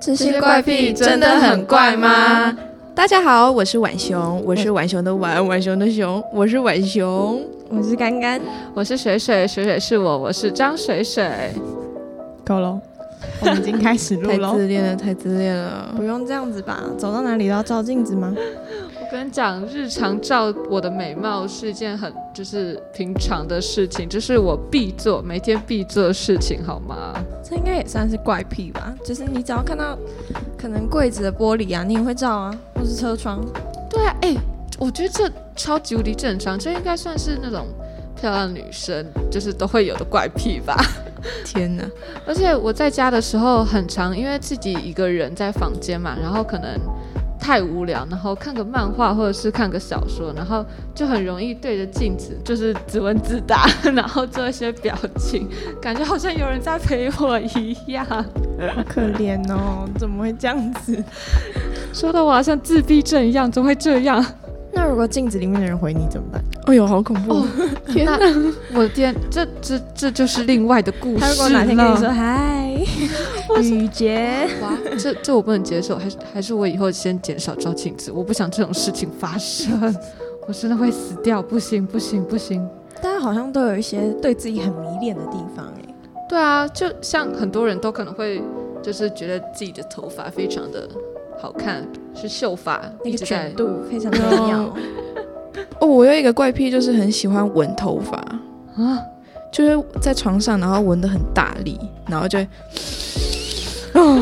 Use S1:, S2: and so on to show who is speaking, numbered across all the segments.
S1: 这
S2: 些怪癖真的很怪吗？
S1: 大家好，我是浣熊，
S3: 嗯
S1: 我是浣熊的浣，浣熊的熊，我是浣熊。
S3: 我是干干，
S2: 我是水水，水水是我，我是张水水。
S3: 够了，我们已经开始录
S1: 太
S3: 喽。
S1: 自恋了，太自恋了
S3: 不。用这样子吧，走到哪里都要照镜子吗？
S2: 我跟你讲，日常照我的美貌是一件很就是平常的事情，这是我必做，每天必做的事情，好吗？
S3: 这应该也算是怪癖吧，就是你只要看到可能柜子的玻璃啊，你也会照啊，或是车窗。
S2: 对啊，哎、我觉得这超级无敌正常，这应该算是那种漂亮女生就是都会有的怪癖吧。
S1: 天哪，
S2: 而且我在家的时候很常，因为自己一个人在房间嘛，然后可能太无聊，然后看个漫画或者是看个小说，然后就很容易对着镜子就是自问自答， 然后做一些表情，感觉好像有人在陪我一样，
S3: 好可怜哦，怎么会这样子？
S2: 说的我好像自闭症一样，怎么会这样？
S3: 那如果镜子里面的人回你怎么办？哦
S1: 哎呦，好恐怖！
S2: 天哪！我的天，这这这就是另外的故事
S3: 他
S2: 了。
S3: 如果哪天跟你说 嗨，雨杰，
S2: 哇，这这我不能接受，还是还是我以后先减少照镜子，我不想这种事情发生，我真的会死掉，不行不行不行。
S3: 大家好像都有一些对自己很迷恋的地方哎、
S2: 对啊，就像很多人都可能会就是觉得自己的头发非常的好看，是秀发，
S3: 那
S2: 一
S3: 个
S2: 直在
S3: 卷度非常的妙。
S1: 哦，我有一个怪癖，就是很喜欢闻头发，
S2: 啊，
S1: 就是在床上，然后闻得很大力，然后就会，哦，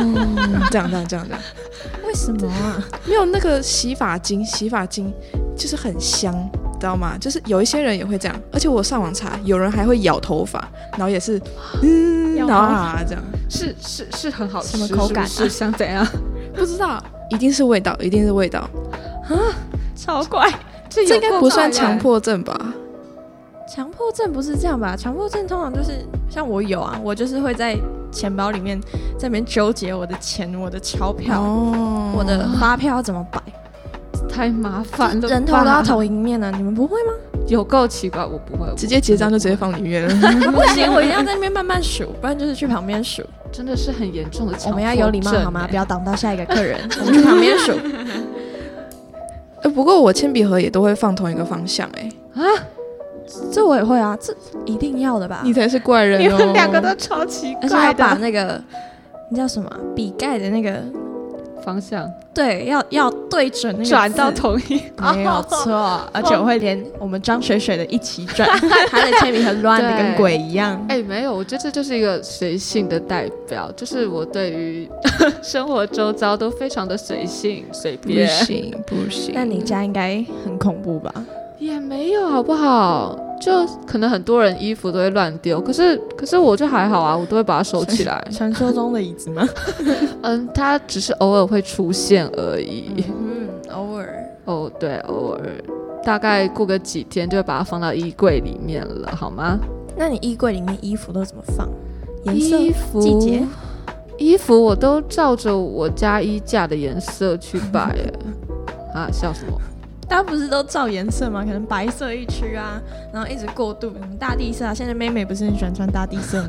S1: 这样这样这样这样，
S3: 为什么 啊？
S1: 没有那个洗发精，洗发精就是很香，知道吗？就是有一些人也会这样，而且我上网查，有人还会咬头发，然后也是，嗯，
S3: 咬
S1: 然后啊这样，
S2: 是是是很好吃，
S3: 什么口感啊
S2: 是不是想怎样？
S1: 不知道，一定是味道，一定是味道，
S3: 超怪！
S2: 这
S1: 这
S2: 有
S1: 应该
S2: 够
S1: 不算
S2: 快
S1: 强
S2: 耶，
S1: 迫症吧？
S3: 强迫症不是这样吧？强迫症通常就是像我有啊，我就是会在钱包里面在那边纠结我的钱、我的钞票、
S1: 哦
S3: 我的发票要怎么摆，
S2: 太麻烦了吧，
S3: 人头都要投一面呢、啊。你们不会吗？
S2: 有够奇怪，我不会，
S1: 直接结账就直接放里面 了。
S3: 不行，我一定要在那边慢慢数，不然就是去旁边数。
S2: 真的是很严重的强
S3: 我
S2: 迫症，
S3: 们要有礼貌好吗？
S2: 哎
S3: 不要挡到下一个 客人，我们去旁边数。
S1: 哎，不过我铅笔盒也都会放同一个方向、哎，
S3: 这我也会啊，这一定要的吧？
S1: 你才是怪人哦。
S2: 超奇
S3: 而且要把那个你叫什么啊笔盖的那个，
S2: 方向
S3: 对，要要对准那个
S2: 转
S3: 字
S2: 到同一，
S3: 没有 错，而且我会连我们张水水的一起 转，他的铅笔盒乱的
S2: 对
S3: 跟鬼一样。
S2: 哎、没有，我觉得这就是一个随性的代表，就是我对于 生活周遭都非常的随性随
S1: 不
S2: 便，
S1: 行不行，
S3: 那你家应该很恐怖吧？。
S2: 也没有好不好？就可能很多人衣服都会乱丢，可是可是我就还好啊，我都会把它收起来
S3: 传说中的椅子吗？
S2: 嗯，它只是偶尔会出现而已。
S3: 嗯，偶尔。
S2: 哦，对，偶尔，大概过个几天就会把它放到衣柜里面了，好吗？
S3: 那你衣柜里面衣服都怎么放？颜色、
S2: 衣服
S3: 季节？
S2: 衣服我都照着我家衣架的颜色去 摆耶。啊，笑什么？
S3: 大家不是都照颜色吗？可能白色一区啊，然后一直过渡，什么大地色啊。现在妹妹不是很喜欢穿大地色 吗？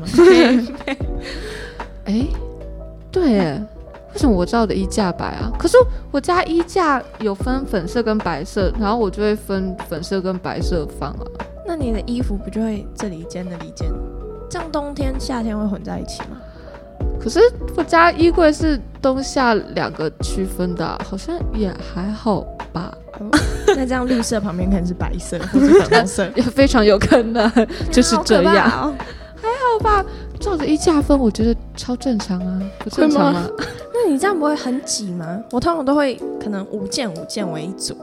S2: 哎，对耶，为什么我照的衣架摆啊？可是我家衣架有分粉色跟白色，然后我就会分粉色跟白色放啊。
S3: 那你的衣服不就会这里一件那里一件，这样冬天夏天会混在一起吗？
S2: 可是我家衣柜是冬夏两个区分的啊、好像也还好吧，，
S3: 那这样绿色旁边可能是白色或者粉红色
S2: 也非常有可 能就是这样。
S3: 好可怕哦
S2: 照着衣架分，我觉得超正常啊，不正常吗？
S3: 那你这样不会很挤吗？我通常都会可能五件五件为一组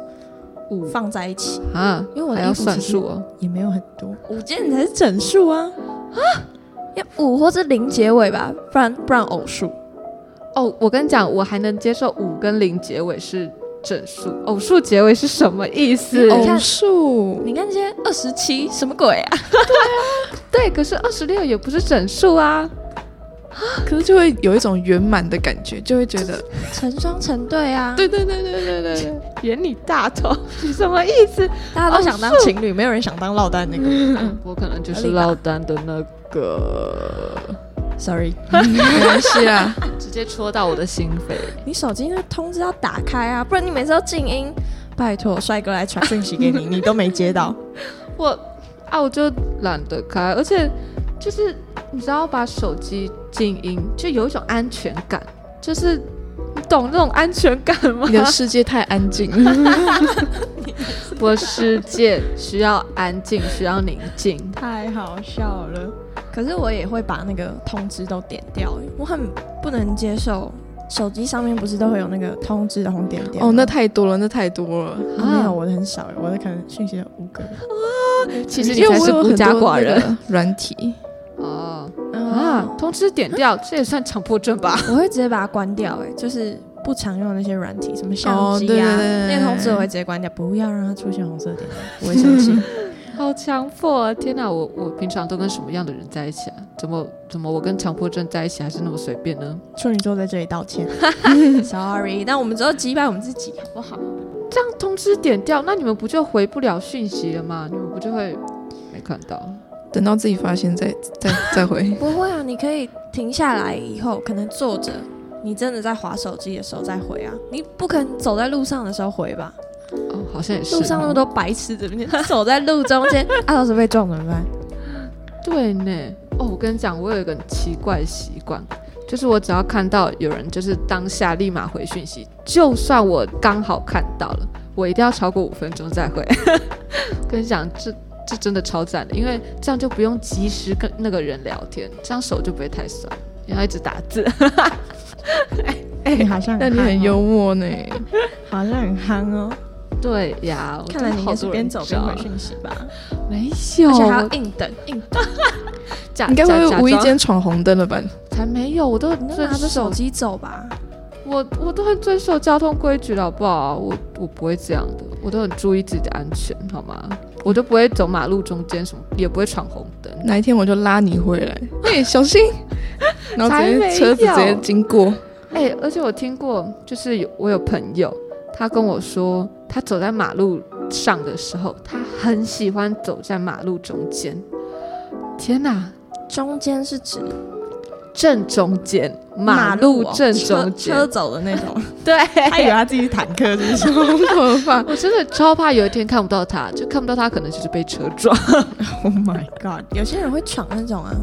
S2: 五
S3: 放在一起，
S2: 啊，
S3: 因为我的
S2: 还要
S3: 衣服
S2: 算
S3: 其实
S2: 数哦。
S3: 也没有很多，五件才是整数啊啊！要五或是零结尾吧，不然不然偶数。
S2: 哦，我跟你讲，我还能接受五跟零结尾是整数，偶数结尾是什么意思？
S3: 你
S1: 偶
S3: 看
S1: 数
S3: 你看这些二十七什么鬼啊？
S2: 对，可是二十六也不是整数啊。
S1: 可是就会有一种圆满的感觉，就会觉得，
S3: 成双成对啊，
S1: 对对对对对对对，
S2: 圆你大头，你什么意思？
S3: 大家都想当情侣，没有人想当落单那个。
S2: 嗯我可能就
S3: 合
S2: 是
S3: 理吧
S2: 落单的那个，
S3: Sorry，
S1: 没关系啊，
S2: 直接戳到我的心扉。
S3: 你手机那个通知要打开啊，不然你每次都静音。拜托，帅哥来传讯息给你，你都没接到。
S2: 我啊，我就懒得开，而且就是你知道，把手机静音就有一种安全感，就是你懂那种安全感吗
S1: 你？的世界太安静了。
S2: 我世界需要安静，需要宁静。
S3: 太好笑了。可是我也会把那个通知都点掉，我很不能接受。手机上面不是都会有那个通知的红点 啊点吗
S1: 哦，那太多了，那太多了。
S2: 啊
S3: 哦没
S2: 嗯
S3: 有，我的很少，我的可能讯息有五个。
S2: 其实你
S1: 因为
S2: 才
S1: 我
S2: 是
S1: 有
S2: 孤
S1: 很
S2: 家
S1: 多
S2: 寡
S1: 那
S2: 人
S1: 个软体，
S2: 哦啊
S3: 啊，！
S2: 通知点掉，这也算强迫症吧？
S3: 我会直接把它关掉、 欸，哎，就是不常用的那些软体，什么相
S1: 哦
S3: 机
S1: 对
S3: 啊，
S1: 对对
S3: 那些通知我会直接关掉，不要让它出现红色点，我会生气。
S2: 好强迫啊！天哪，我我平常都跟什么样的人在一起啊？怎么怎么我跟强迫症在一起还是那么随便呢？
S3: 处女座在这里道 歉，sorry，但我们只有击败我们自己，好不好？。
S2: 这样通知点掉，那你们不就回不了讯息了吗？你们不就会没看到？
S1: 等到自己发现再再再回
S3: 不会啊，你可以停下来以后，可能坐着，你真的在划手机的时候再回啊，你不可能走在路上的时候回吧？
S2: 哦，好像也是。
S3: 路上那么，多白痴，怎么你 走在路中 间，啊，老师被撞怎么办？
S2: 对呢。哦，我跟你讲，我有一个很奇怪的习惯，就是我只要看到有人就是当下立马回讯息，就算我刚好看到了，我一定要超过五分钟再回。 跟你讲，这这真的超赞的，因为这样就不用及时跟那个人聊天，这样手就不会太酸，然后一直打字。
S3: 哎、好像
S1: 那你很
S3: 幽，
S1: 幽默 呢，
S3: 好像很憨哦。
S2: 对呀，我
S3: 看来
S2: 真的
S3: 你应
S2: 好
S3: 该是
S2: 多
S3: 边
S2: 人
S3: 走边回
S2: 渣
S3: 讯息吧，
S2: 没有，
S3: 而且还要
S2: 我
S3: 硬等硬等。
S2: 假
S1: 你该不
S2: 假
S1: 会
S2: 假
S1: 无意
S2: 装
S1: 间闯红灯了吧？
S2: 才没有，我都
S3: 你就
S2: 遵
S3: 拿着手
S2: 守，
S3: 机走吧。
S2: 我我都很遵守交通规矩了，好不好？我我不会这样的，我都很注意自己的安全，好吗？我就不会走马路中间什么，也不会闯红灯。
S1: 哪一天我就拉你回来，哎，小心！然后直
S2: 才没
S1: 接车子直接
S2: 有
S1: 经过，
S2: 哎、而且我听过，就是有我有朋友，他跟我说，他走在马路上的时候，他很喜欢走在马路中间。天哪，
S3: 中间是指
S2: 正中间，马路
S3: 哦
S2: 正
S3: 车
S2: 中间，
S3: 车走的那种，
S2: 对，
S3: 他以为他自己是坦克，是不是？
S1: 好可怕！
S2: 我真的超怕有一天看不到他，就看不到他，可能就是被车撞。
S3: Oh my god！有些人会闯那种啊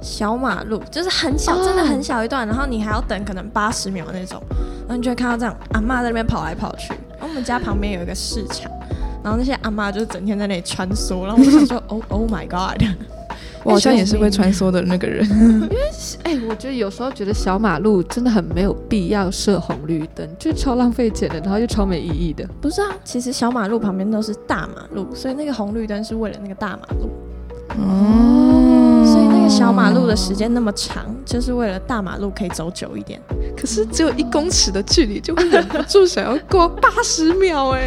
S3: 小马路，就是很小
S2: 哦
S3: 真的很小一段，然后你还要等可能八十秒那种，然后你就会看到这样阿嬷在那边跑来跑去。然后我们家旁边有一个市场，然后那些阿嬷就整天在那里穿梭，然后我就想 说，Oh Oh my god！
S1: 我好像也是会穿梭的那个人。
S2: 哎、我觉得有时候觉得小马路真的很没有必要设红绿灯，就超浪费钱的，然后又超没意义的。
S3: 不是啊，其实小马路旁边都是大马路，所以那个红绿灯是为了那个大马路，
S1: 哦，
S3: 所以那个小马路的时间那么长，就是为了大马路可以走久一点。
S1: 可是只有一公尺的距离，就会忍不住想要过八十秒 哎、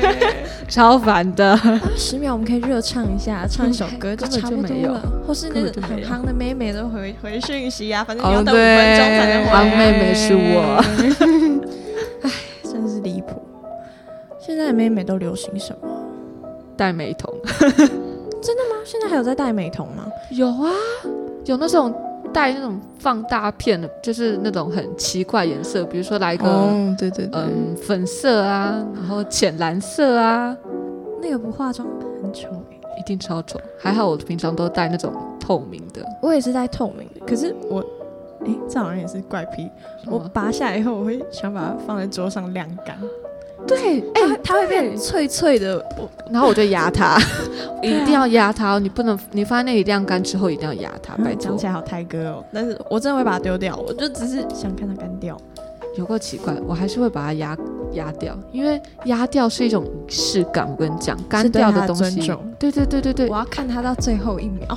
S2: 超烦的。
S3: 十秒我们可以热唱一下，唱一首歌就嗯
S2: 根本
S3: 差
S2: 就
S3: 不
S2: 没
S3: 多
S2: 有
S3: 了，或是那
S2: 根
S3: 个
S2: 本就
S3: 很
S2: 没有
S3: 夯的妹妹都回回讯息啊，反正你要
S1: 哦，
S3: 等五分钟才能
S1: 对，
S2: 好
S3: 回，啊
S2: 对妹妹是我。
S3: 真是离谱。现在的妹妹都流行什么？
S2: 戴美瞳
S3: 啊现在还有在戴美瞳吗？
S2: 有啊，有那种戴那种放大片的，就是那种很奇怪颜色，比如说来一个、
S1: 哦，对对对，
S2: 嗯粉色啊，然后浅蓝色啊，
S3: 那个不化妆很丑欸、
S2: 一定超丑。还好我平常都戴那种透明的。
S3: 我也是戴透明的，可是我，哎、这好像也是怪癖。我
S2: 什么
S3: 拔下来以后，我会想把它放在桌上晾干，
S2: 对，哎、
S3: 它它会变脆脆的。我
S2: 然后我就压它，一
S3: 对啊
S2: 定要压它哦，你不能，你放在那里晾干之后一定要压它，拜托
S3: 啊讲起。来好胎哥哦，但是我真的会把它丢掉，我就只是想看它干掉。
S2: 有够奇怪，我还是会把它压压掉，因为压掉是一种仪式感。我跟你讲，干
S3: 是对
S2: 掉
S3: 它的
S2: 东
S3: 尊
S2: 西
S3: 重，
S2: 对对对对对
S3: 我，要看它到最后一 秒，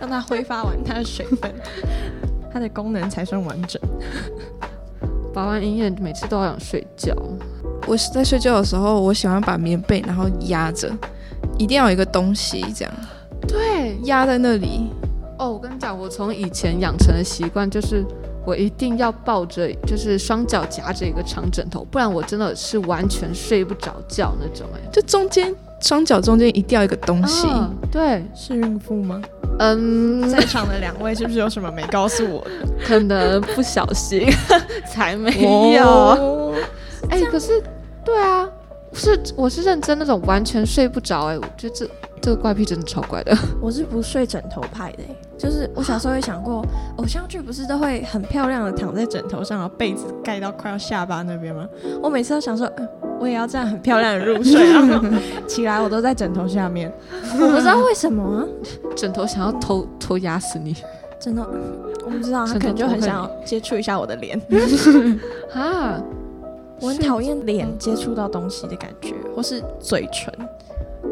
S3: 让它挥发完它的水分，它的功能才算完整。
S2: 拔完音乐每次都好想睡觉。
S1: 我是在睡觉的时候，我喜欢把棉被然后压着，一定要有一个东西这样
S2: 对，
S1: 压在那里。
S2: 哦，我跟你讲，我从以前养成的习惯就是，我一定要抱着，就是双脚夹着一个长枕头，不然我真的是完全睡不着觉那种、哎，
S1: 就中间双脚中间一定要一个东西。
S2: 啊对，
S3: 是孕妇吗？
S2: 嗯，
S3: 在场的两位是不是有什么没告诉我 的？
S2: 可能不小心 才没有。
S3: 哦，
S2: 哎、可是，对啊，是我是认真那种完全睡不着哎、我觉得这这个怪癖真的超怪的。
S3: 我是不睡枕头派的欸、就是我小时候也想过，偶像剧不是都会很漂亮的躺在枕头上，然后被子盖到快要下巴那边吗？我每次都想说，嗯、我也要这样很漂亮的入睡，然后起来我都在枕头下面，我不知道为什么、啊，
S2: 枕头想要偷偷压死你
S3: 枕头我不知道，他
S2: 枕
S3: 可
S2: 头
S3: 能就很
S2: 不会
S3: 想要接触一下我的 脸，
S2: 啊！
S3: 我很讨厌脸接触到东西的感觉，或是嘴唇。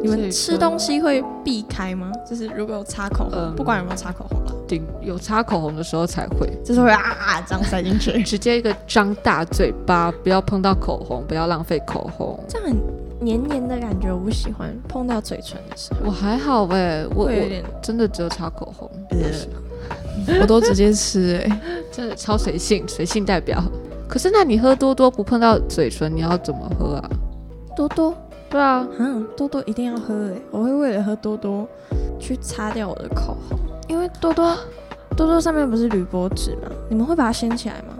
S3: 你
S2: 嘴
S3: 们
S2: 唇
S3: 吃东西会避开吗？就是如果有擦口红，
S2: 嗯
S3: 不管有没有擦口红啦，
S2: 顶有擦口红的时候才会，，
S3: 就是会啊啊这样塞进去
S2: 直接一个张大嘴巴，不要碰到口红，不要浪费口红。
S3: 这样很黏黏的感觉，我不喜欢碰到嘴唇的时候，
S2: 我还好哎、我
S3: 会有
S2: 我
S3: 点呃
S2: 真的只有擦口红，
S1: 我都直接吃哎、
S2: 真的超随性，随性代表。可是那你喝多多不碰到嘴唇，你要怎么喝啊？
S3: 多多，
S2: 对啊，
S3: 嗯，多多一定要喝诶、我会为了喝多多去擦掉我的口红，因为多多多多上面不是铝箔纸吗？你们会把它掀起来吗？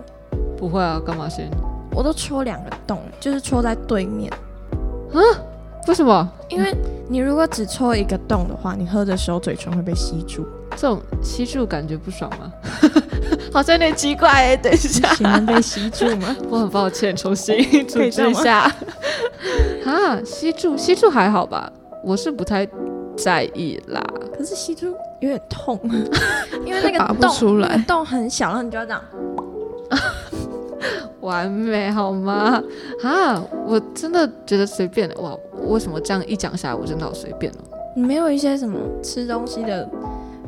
S2: 不会啊，干嘛先？
S3: 我都戳两个洞，就是戳在对面。
S2: 为什么
S3: 因为你如果只戳一个洞的话，你喝的时候嘴唇会被吸住。
S2: 这种吸住感觉不爽吗？ 好像有点奇怪哎、等一下，
S3: 谁能被吸住吗？
S2: 我很抱歉，重新
S3: 哦可
S2: 组
S3: 以这
S2: 织
S3: 样
S2: 一
S3: 吗
S2: 下。 啊，吸住吸住还好吧，我是不太在意啦。
S3: 可是吸住有点痛， 因为那个
S1: 拔
S3: 洞
S1: 不出来
S3: 那个洞很小，然后你就要这样。
S2: 完美好吗？啊，我真的觉得随便哇！为什么这样一讲下来，我真的好随便哦？
S3: 你没有一些什么吃东西的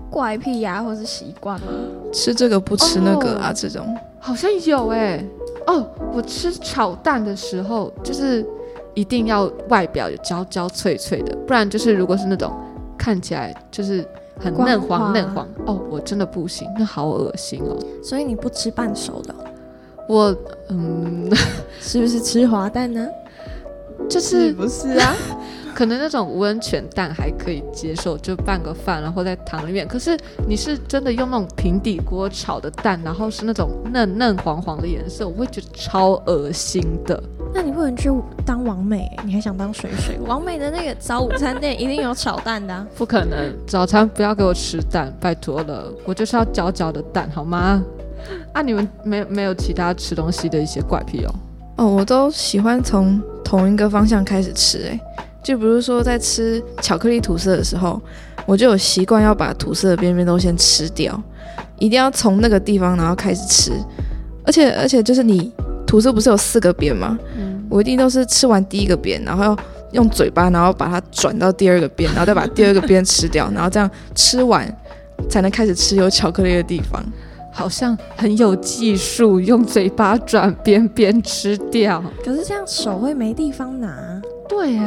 S3: 怪癖呀、或是习惯吗？
S1: 吃这个不吃那个啊，
S2: 哦
S1: 这种
S2: 好像有哎、哦，我吃炒蛋的时候，就是一定要外表有焦焦脆脆的，不然就是如果是那种看起来就是很嫩
S3: 光
S2: 黄
S3: 滑
S2: 嫩黄，哦，我真的不行，那好恶心哦。
S3: 所以你不吃半熟的哦，
S2: 我嗯，
S3: 是不是吃滑蛋呢？
S2: 就是
S3: 不是啊？
S2: 可能那种温泉蛋还可以接受，就拌个饭，然后在汤里面。可是你是真的用那种平底锅炒的蛋，然后是那种嫩嫩黄黄的颜色，我会觉得超恶心的。
S3: 那你不能去当王美、你还想当水水？王美的那个早午餐店一定有炒蛋的、啊。
S2: 不可能，早餐不要给我吃蛋，拜托了，我就是要焦焦的蛋，好吗？啊，你们没没有其他吃东西的一些怪癖哦？
S1: 哦，我都喜欢从同一个方向开始吃哎、就比如说在吃巧克力吐司的时候，我就有习惯要把吐司的边边都先吃掉，一定要从那个地方然后开始吃，而且而且就是你吐司不是有四个边吗？
S2: 嗯，
S1: 我一定都是吃完第一个边，然后用嘴巴，然后把它转到第二个边，然后再把第二个边吃掉，然后这样吃完才能开始吃有巧克力的地方。
S2: 好像很有技术，用嘴巴转边边吃掉。
S3: 可是这样手会没地方拿。啊
S2: 对耶，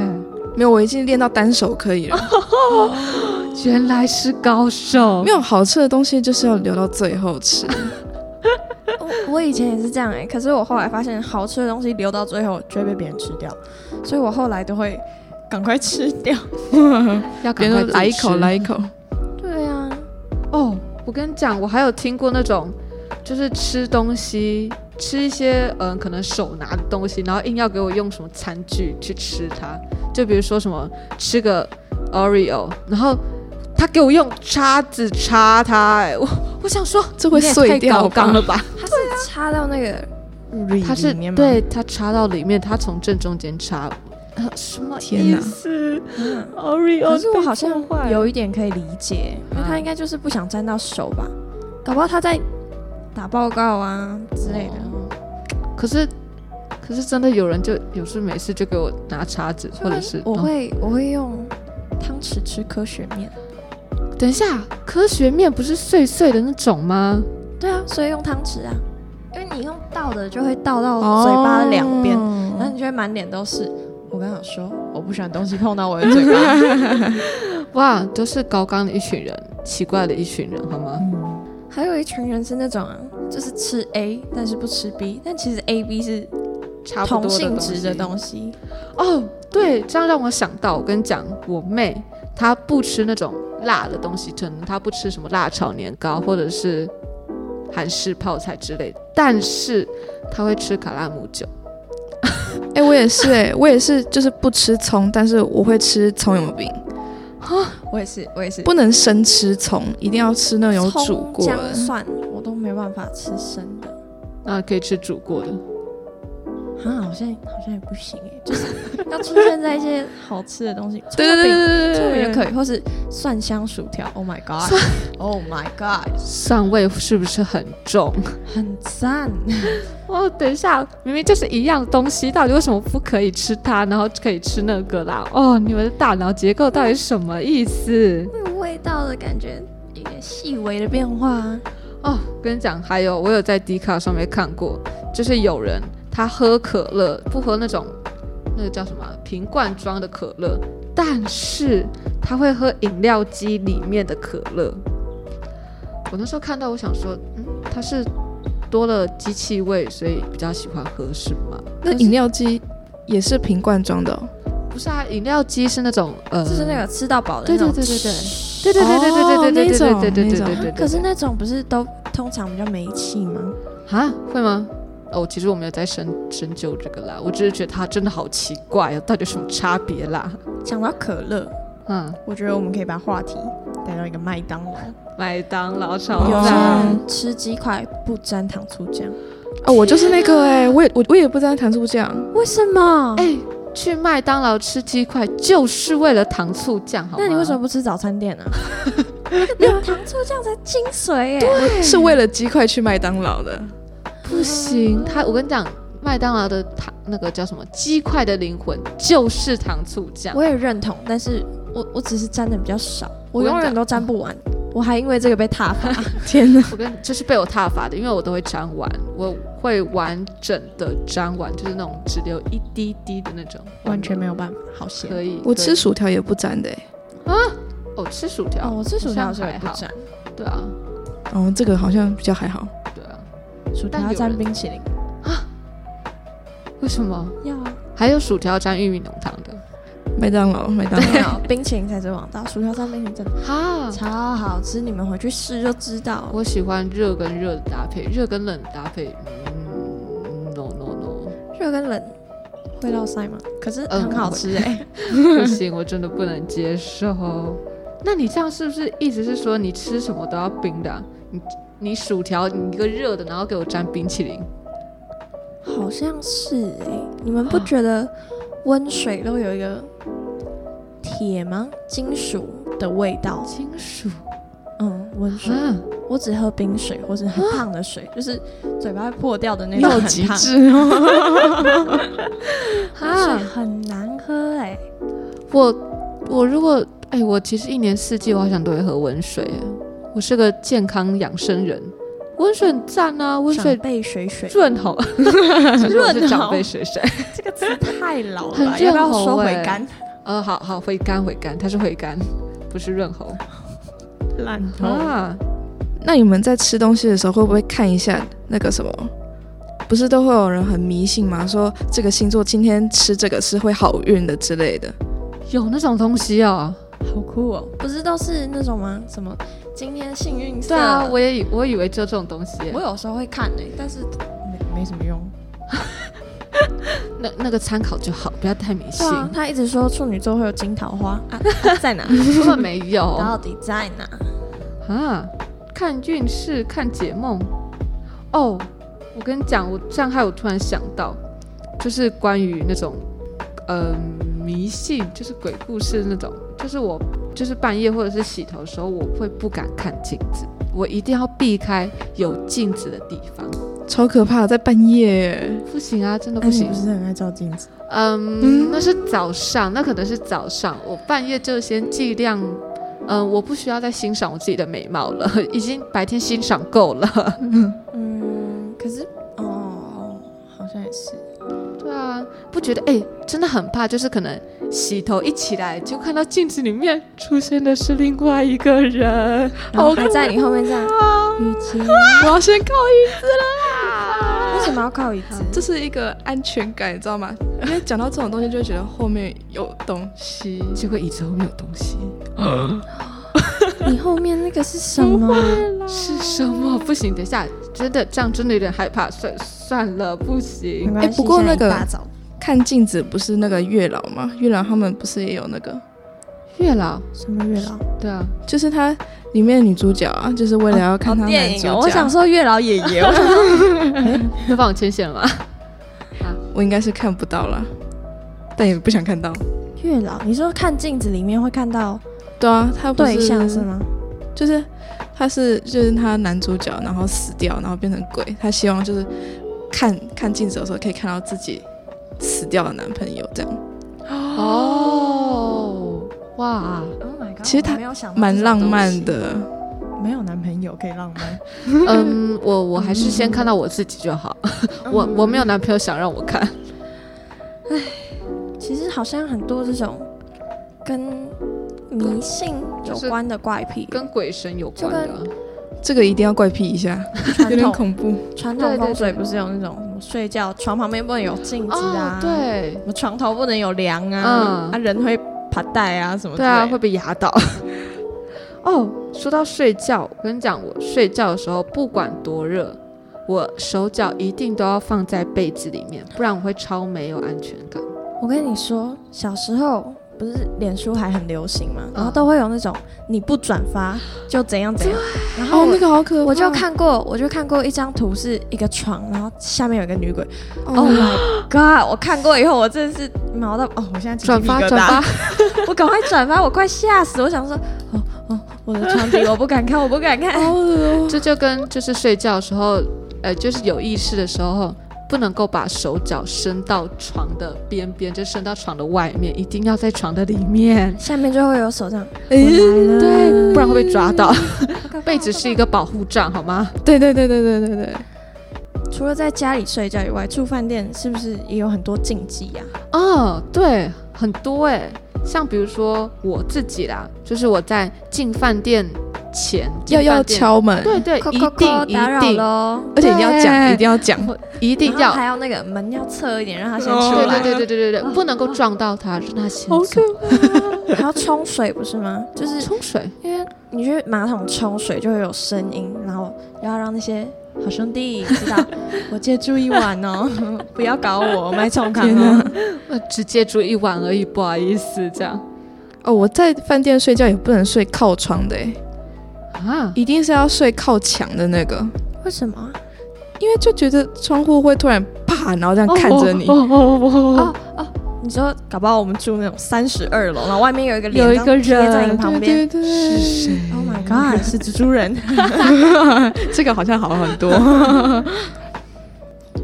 S1: 没有，我已经练到单手可以了。
S2: 原来是高手
S1: 没。有好吃的东西就是要留到最后吃。
S2: 啊
S3: 我我以前也是这样哎、可是我后来发现好吃的东西留到最后就会被别人吃掉，所以我后来都会赶快吃掉。
S2: 要
S1: 别
S2: 赶
S1: 人
S2: 快
S1: 说来一口，
S2: 自己吃
S1: 来一口。
S3: 对啊，
S2: 哦！我跟你讲，我还有听过那种，就是吃东西，吃一些嗯、呃可能手拿的东西，然后硬要给我用什么餐具去吃它，就比如说什么吃个 Oreo，然后他给我用叉子插它、哎，我我想说
S1: 这会
S2: 你也
S1: 碎
S2: 太
S1: 掉
S2: 高
S1: 吧
S2: 纲了吧？
S3: 它是插到那个里
S2: 他是
S3: 里面吗？
S2: 对他插到里面，他从正中间插，呃、什么
S1: 天哪
S2: 意思
S3: 嗯
S2: ？Oreo，
S3: 可是我好
S2: 被
S3: 像
S2: 破坏
S3: 有一点可以理解，因为
S2: 啊
S3: 他应该就是不想沾到手吧，搞不好他在打报告啊之类的。
S2: 哦可是，可是真的有人就有事没事就给我拿叉子，或者是
S3: 我、
S2: 哦
S3: 会我会用汤匙吃科学面，
S2: 等一下，科学面不是碎碎的那种吗？
S3: 对啊，所以用汤匙啊，因为你用倒的就会倒到嘴巴两边，然后你就会满脸都是。我刚想说，我不喜欢东西碰到我的嘴巴。
S2: 哇，
S1: 嗯
S2: 都是高刚的一群人，奇怪的一群人，好吗？
S3: 还有一群人是那种啊，就是吃 A，但是不吃 B，但其实 A、B 是
S2: 差不多
S3: 同
S2: 的
S3: 性质的
S2: 东西
S3: 东西。
S2: 哦，对，这样让我想到，我跟你讲，我妹她不吃那种辣的东西，可能她不吃什么辣炒年糕或者是韩式泡菜之类的，但是她会吃卡拉姆酒。
S1: 哎、我也是、哎，我也是，就是不吃葱，但是我会吃葱油饼，
S2: 啊
S3: 我也是，我也是，
S1: 不能生吃葱，一定要吃那种有煮
S3: 葱
S1: 过的
S3: 姜。蒜我都没办法吃生的。
S2: 那可以吃煮过的，
S3: 啊，好像好像也不行哎，就是 要出现在一些好吃的东西，
S1: 对对对
S3: 葱油饼，
S1: 对对对
S3: 葱
S1: 对
S3: 油
S1: 对
S3: 饼可以，或是蒜香薯条，Oh my God，Oh my God，
S2: 蒜味是不是很重？
S3: 很赞，
S2: 哦，等一下，明明就是一样东西，到底为什么不可以吃它，然后可以吃那个啦？哦，你们的大脑结构到底什么意思？
S3: 那个味道的感觉，一个细微的变化啊，
S2: 哦，跟你讲，还有我有在迪卡上面看过，就是有人他喝可乐不喝那种那个叫什么啊瓶罐装的可乐，但是他会喝饮料机里面的可乐。我那时候看到，我想说，嗯，他是多了机器味，所以比较喜欢喝是吗？
S1: 那饮料机也是瓶罐装的、哦，
S2: 不是啊，饮料机是那种呃，
S3: 就是那个吃到饱的
S2: 对
S3: 那种，
S2: 对
S3: 哦
S2: 对对对。对对对对对对对对对对对对对对对。
S3: 可是那种不是都通常比较没气吗？
S2: 啊，会吗？哦，其实我没有在深深究这个啦，我只是觉得它真的好奇怪啊，到底有什么差别啦？
S3: 讲到可乐，
S2: 嗯，
S3: 我觉得我们可以把话题带到一个麦当劳，
S2: 麦当劳
S1: 好
S2: 炒
S3: 有些
S1: 啊
S2: 饭，
S3: 人吃鸡块不沾糖醋酱，
S1: 哦，我就是那
S2: 啊
S1: 个哎、我也我我也不知道糖醋酱，
S3: 为什么？
S2: 哎、去麦当劳吃鸡块就是为了糖醋酱，好吗？
S3: 那你为什么不吃早餐 店呢、啊？有糖醋酱才精髓耶！对，
S1: 是为了鸡块去麦当劳的。
S2: 不行？它，我跟你讲，麦当劳的糖那个叫什么鸡块的灵魂就是糖醋酱
S3: 我。也认同，但是我我只是沾的比较少，我
S2: 我跟你
S3: 永远
S2: 讲
S3: 都沾不完。我还因为这个被踏 伐，
S1: 天哪！
S2: 我跟就是被我踏伐的，因为我都会沾完，我会完整的沾完，就是那种只留一滴滴的那种，
S3: 完全没有办法，好咸
S2: 可以。
S1: 我
S2: 对
S1: 吃薯条也不沾的、哎
S2: 哦，吃薯条，
S3: 哦！我吃薯条的时候也
S2: 好
S3: 不
S2: 像还好
S3: 沾，
S2: 对啊，
S1: 哦，这个好像比较还好。
S2: 对啊，
S3: 薯
S2: 但有
S3: 条沾
S2: 人
S3: 冰淇淋
S2: 为什么？
S3: 要啊，
S2: 还有薯条沾玉米浓汤的，
S1: 麦当劳，麦当劳，
S3: 没有冰淇淋才是王道，薯条沾冰淇淋真的
S2: 哈，
S3: 超好吃，你们回去试就知道了。
S2: 我喜欢热跟热的搭配，热跟冷的搭配，嗯，no no no，
S3: 热跟冷会落腮吗？可是
S2: 嗯
S3: 很好吃哎、
S2: 不行，我真的不能接受。那你这样是不是意思是说你吃什么都要冰的啊、你你薯条你一个热的，然后给我沾冰淇淋，
S3: 好像是哎、你们不觉得温水都有一个铁吗？金属的味道？
S2: 金属
S3: 嗯，温水。
S2: 啊，
S3: 我只喝冰水或是很烫的水，就是嘴巴会破掉的那种
S1: 到
S3: 很
S1: 极
S3: 烫。
S1: 致哦。
S3: 温水
S2: 哈，
S3: 很难喝哎、
S2: 我我如果哎、我其实一年四季我好像都会喝温水耶，我是个健康养生人，温水很赞啊，温
S3: 长
S2: 水
S3: 辈水水
S2: 润喉，其实我是
S3: 润喉
S2: 长辈水水。
S3: 这个词太老
S2: 很
S3: 了 吧，要不要
S2: 润喉
S3: 收
S2: 哎
S3: 回甘？
S2: 呃，好好回甘回甘，它是回甘，不是润喉
S3: 欸烂透了。
S2: 啊。
S1: 那你们在吃东西的时候，会不会看一下那个什么？不是都会有人很迷信吗？说这个星座今天吃这个是会好运的之类的。
S2: 有那种东西哦？
S3: 好酷哦！不是都是那种吗？什么今天幸运色？
S2: 对啊，我也以我以为只有这种东西耶。
S3: 我有时候会看哎、但是没没什么用。
S2: 那那个参考就好，不要太迷信
S3: 对。 啊，他一直说处女座会有金桃花啊，在 哪？
S2: 根本没有
S3: 到底在哪？
S2: 啊！看运势，看解梦。哦，我跟你讲，我这样害我突然想到，就是关于那种，呃，迷信，就是鬼故事那种，就是我就是半夜或者是洗头的时候，我会不敢看镜子，我一定要避开有镜子的地方。
S1: 超可怕的，在半夜。
S2: 不行啊，真的不行。
S3: 哎是很爱照镜子？
S2: 嗯，那是早上，那可能是早上。我半夜就先尽量，嗯，我不需要再欣赏我自己的美貌了， 已经白天欣赏够了。
S3: 嗯，可是哦，好像也是。
S2: 对啊，常不觉得，哎、真的很怕，就是可能洗头一起来就看到镜子里面出现的是另外一个人，
S3: 然后啊
S2: 好
S3: 还在你后面这样，雨 晴，
S2: 我要先靠椅子啦。
S3: 为什么要靠椅子？
S1: 这是一个安全感，你知道吗？因为讲到这种东西，就会觉得后面有东西。
S2: 结果椅子后面有东西，
S3: 你后面那个是什么？
S2: 是什么？不行，等一下，真的这样真的有点害怕，算算了，不
S3: 没
S2: 行。
S3: 关系
S1: 哎不过那个
S3: 现在一大早
S1: 看镜子不是那个月老吗？月老他们不是也有那个？
S2: 月老，
S3: 什么月老？
S2: 对啊，
S1: 就是他里面的女主角啊，就是为了要看他男主角。
S3: 啊我想说月老爷爷，我想说
S2: 能帮我牵线吗？
S1: 我应该是看不到了，但也不想看到。
S3: 月老，你说看镜子里面会看到
S1: 对啊，他不是
S3: 对象是吗？
S1: 就是他是就是他男主角，然后死掉，然后变成鬼。他希望就是看看镜子的时候可以看到自己死掉的男朋友这样。
S2: 哦，哇，
S3: Oh my god！
S1: 其实他
S3: 我没有想到
S1: 蛮浪
S3: 这
S1: 漫
S3: 种
S1: 的，
S3: 东西，没有男朋友可以浪漫。
S2: 嗯，我我还是先看到我自己就好。
S3: 嗯
S2: 我
S1: 嗯
S2: 我没有男朋友想让我看，
S3: 其实好像很多这种跟迷信有关的怪癖，
S2: 跟鬼神有关的。
S1: 这个一定要怪癖一下，有
S3: 传
S1: 点
S3: 统
S1: 恐怖。
S3: 传
S2: 对
S3: 统
S2: 对
S3: 风水
S2: 对
S3: 不是有那种什么睡觉床旁边不能有镜子
S1: 哦
S3: 啊，，
S2: 哦对
S3: 什么床头不能有梁啊，
S2: 嗯
S3: 啊人会爬带啊什么之
S2: 对
S3: 类的，
S2: 啊，会被压倒。 哦，说到睡觉，我跟你讲，我睡觉的时候不管多热，我手脚一定都要放在被子里面，不然我会超没有安全感。
S3: 我跟你说，小时候不是脸书还很流行嘛，然后都会有那种你不转发就怎样怎样，然后
S1: 哦，
S3: 我
S1: 那。个好可怕。
S3: 我就看过，我就看过一张图，是一个床，然后下面有一个女鬼。Oh
S1: 哦，
S3: my god！我看过以后，我真的是毛到哦，我现在鸡皮
S2: 转发
S3: 疙瘩
S2: 转发，
S3: 我赶快转发，我快吓死！我想说，哦哦，我的床底我不敢看，我不敢看。
S1: 好恶哦
S2: 这就跟就是睡觉的时候，呃，就是有意识的时候，不能够把手脚伸到床的边边，就伸到床的外面，一定要在床的里面，
S3: 下面就会有手这样，
S1: 嗯
S2: 对，不然会被抓 到。
S3: 好可怕
S2: 被子是一个保护罩，好吗？
S1: 对对对对对对对，
S3: 除了在家里睡觉以外，住饭店是不是也有很多禁忌啊呀、
S2: 哦，对，很多哎、像比如说我自己啦，就是我在进饭店前
S1: 要
S2: 进
S1: 要，
S2: 饭店
S1: 敲门，
S2: 对对，
S3: 扣
S2: 一
S3: 扣扣
S2: 定
S3: 打
S2: 一
S3: 扰
S2: 定，
S3: 喽。
S1: 而且一定要讲，
S2: 对
S1: 一定要讲。
S2: 一定
S3: 然后
S2: 要，
S3: 还有那个门要侧一点，让他先
S1: 哦
S3: 出
S2: 对
S3: 来。
S2: 对对对对对对，不能够撞到他，让他先
S1: 好
S2: 走。
S3: 对，还要冲水不是吗？就是
S2: 冲水，
S3: 因为你去马桶冲水就会有声音，然后要让那些好兄弟知道，我借住一晚哦， 不要搞 我，买冲康
S1: 天
S3: 哦
S1: 哪。
S2: 呃，只接住一晚而已，不好意思，这样
S1: 哦，我在饭店睡觉也不能睡靠窗的，哎
S2: 啊，
S1: 一定是要睡靠墙的那个，
S3: 为什么啊？
S1: 因为就觉得窗户会突然啪，然后这样看着你
S2: 哦。哦哦哦哦
S3: 哦哦，你说搞不好我们住那种三十二楼，然后外面有一个脸
S2: 有一个人
S3: 这样贴在你旁边。
S1: 对对对，是谁？
S3: Oh my god，是蜘蛛 人。
S1: 这个好像好很多。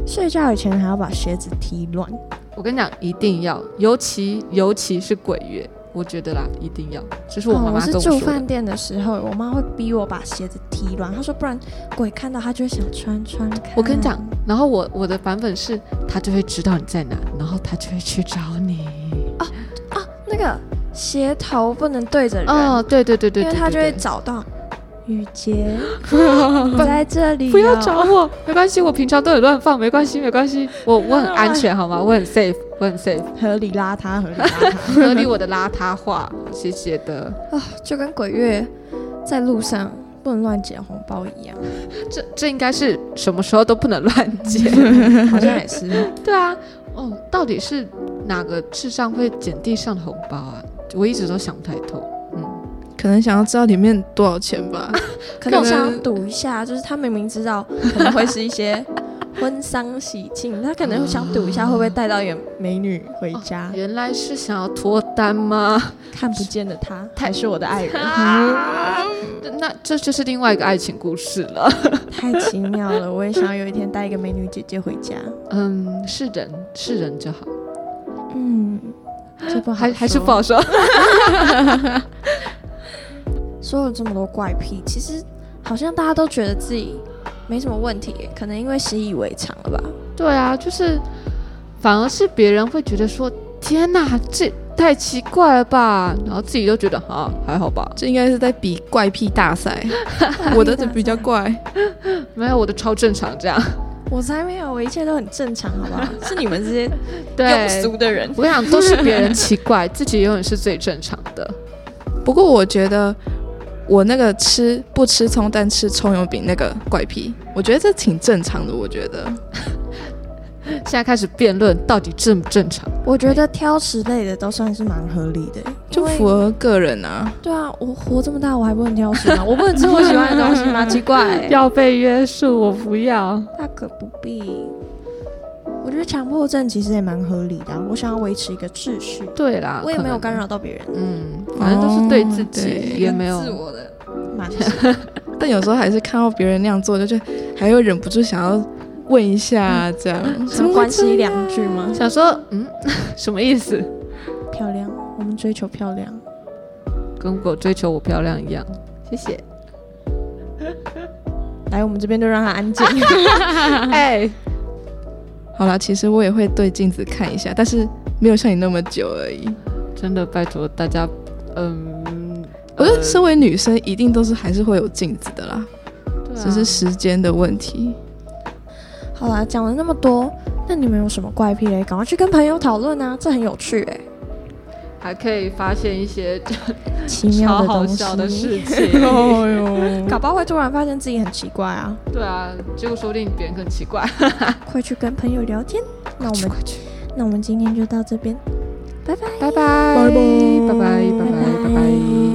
S3: 睡觉以前还要把鞋子踢乱。
S2: 我跟你讲，一定要，尤其尤其是鬼月，我觉得啦，一定要，这是我妈
S3: 哦我
S2: 妈
S3: 是
S2: 跟我
S3: 住
S2: 说的。
S3: 饭店的时候，我妈会逼我把鞋子踢乱，她说不然鬼看到她就会想穿穿看。
S2: 我跟你讲，然后我我的版本是，他就会知道你在哪，然后他就会去找你。
S3: 啊，那个鞋头不能对着人，
S2: 哦，对对对对，
S3: 因为
S2: 对
S3: 她就会
S2: 对
S3: 找到雨洁，你在这里、 啊
S2: 不要找。我，没关系，我平常都有乱放，没关系没关系，我我很安全好 吗？我很 safe，我很 safe，
S3: 合理邋遢，合理邋遢，
S2: 合理我的邋遢话，谢谢的。
S3: 就跟鬼月在路上不能乱捡红包一样，
S2: 这这应该是什么时候都不能乱捡。
S3: 好像也是。
S2: 对啊，哦，到底是哪个智障会捡地上的红包啊？我一直都想不太透。嗯，
S1: 可能想要知道里面多少钱 吧。
S3: 可能
S1: 可能
S3: 想要赌一下，就是他明明知道可能会是一些婚丧喜庆，他可能想赌一下会不会带到一个美女回家，
S2: 原来是想要脱单吗？
S3: 看不见的他还是我的爱人，
S2: 啊，那这就是另外一个爱情故事了。
S3: 太奇妙了！我也想要有一天带一个美女姐姐回家。
S2: 嗯，是人是人就好，
S3: 嗯，这不好
S2: 还还是
S3: 说
S2: 不好 说。
S3: 说了这么多怪癖，其实好像大家都觉得自己没什么问题耶，可能因为习以为常了吧。
S2: 对啊，就是反而是别人会觉得说：“天哪，这太奇怪了吧！”然后自己都觉得啊，还好吧，
S1: 这应该是在比怪癖大 赛，我的这比较怪，
S2: 没有我的超正常这样。
S3: 我才没有，我一切都很正常，好不 好？是你们这些
S2: 对
S3: 庸，俗的人。
S2: 我想都是别人奇怪，自己永远是最正常的。
S1: 不过我觉得我那个吃不吃葱但吃葱油饼那个怪癖，我觉得这挺正常的。我觉得
S2: 现在开始辩论到底正不正常？
S3: 我觉得挑食类的都算是蛮合理的，
S1: 就符合个人啊。
S3: 对啊，我活这么大我还不能挑食吗？我不能吃我喜欢的东西 吗？奇怪、 欸
S2: 要被约束，我不要。
S3: 大可不必。我觉得强迫症其实也蛮合理的啊、我想要维持一个秩序，
S2: 对啦，
S3: 我也没有
S2: 可
S3: 干
S2: 能，
S3: 扰到别人，
S2: 嗯，反正都是对自己，
S1: 哦对
S2: 也没有
S3: 自我的 满足。
S1: 但有时候还是看到别人那样做，就觉得还会忍不住想要问一 下，啊这样怎
S3: 想
S1: 么会
S3: 关
S1: 这
S3: 心
S1: 样
S3: 两句吗？
S2: 想说，嗯， 什么意思？
S3: 漂亮，我们追求漂亮。
S2: 跟我追求我漂亮一样。谢谢。
S3: 来，我们这边就让他 安静。
S2: 哎、
S1: 好啦，其实我也会对镜子看一下，但是没有像你那么久而已。
S2: 真的拜托大家，嗯，
S1: 我觉得
S2: 呃
S1: 身为女生，一定都是还是会有镜子的啦，
S2: 对啊
S1: 只是时间的问题。
S3: 好啦，讲了那么多，那你们有什么怪癖嘞？赶快去跟朋友讨论啊，这很有趣哎、
S2: 还可以发现一些
S3: 奇妙
S2: 超
S3: 的
S2: 好
S3: 东
S2: 笑的
S3: 西。
S2: 事情。
S1: 呦，
S3: 搞不好会突然发现自己很奇怪啊！
S2: 对啊，结果说不定别人更奇怪。
S3: 快去跟朋友聊天。那我 们
S2: 快去，
S3: 那我们今天就到这边，拜拜。
S2: 拜拜，拜拜，拜拜，拜拜。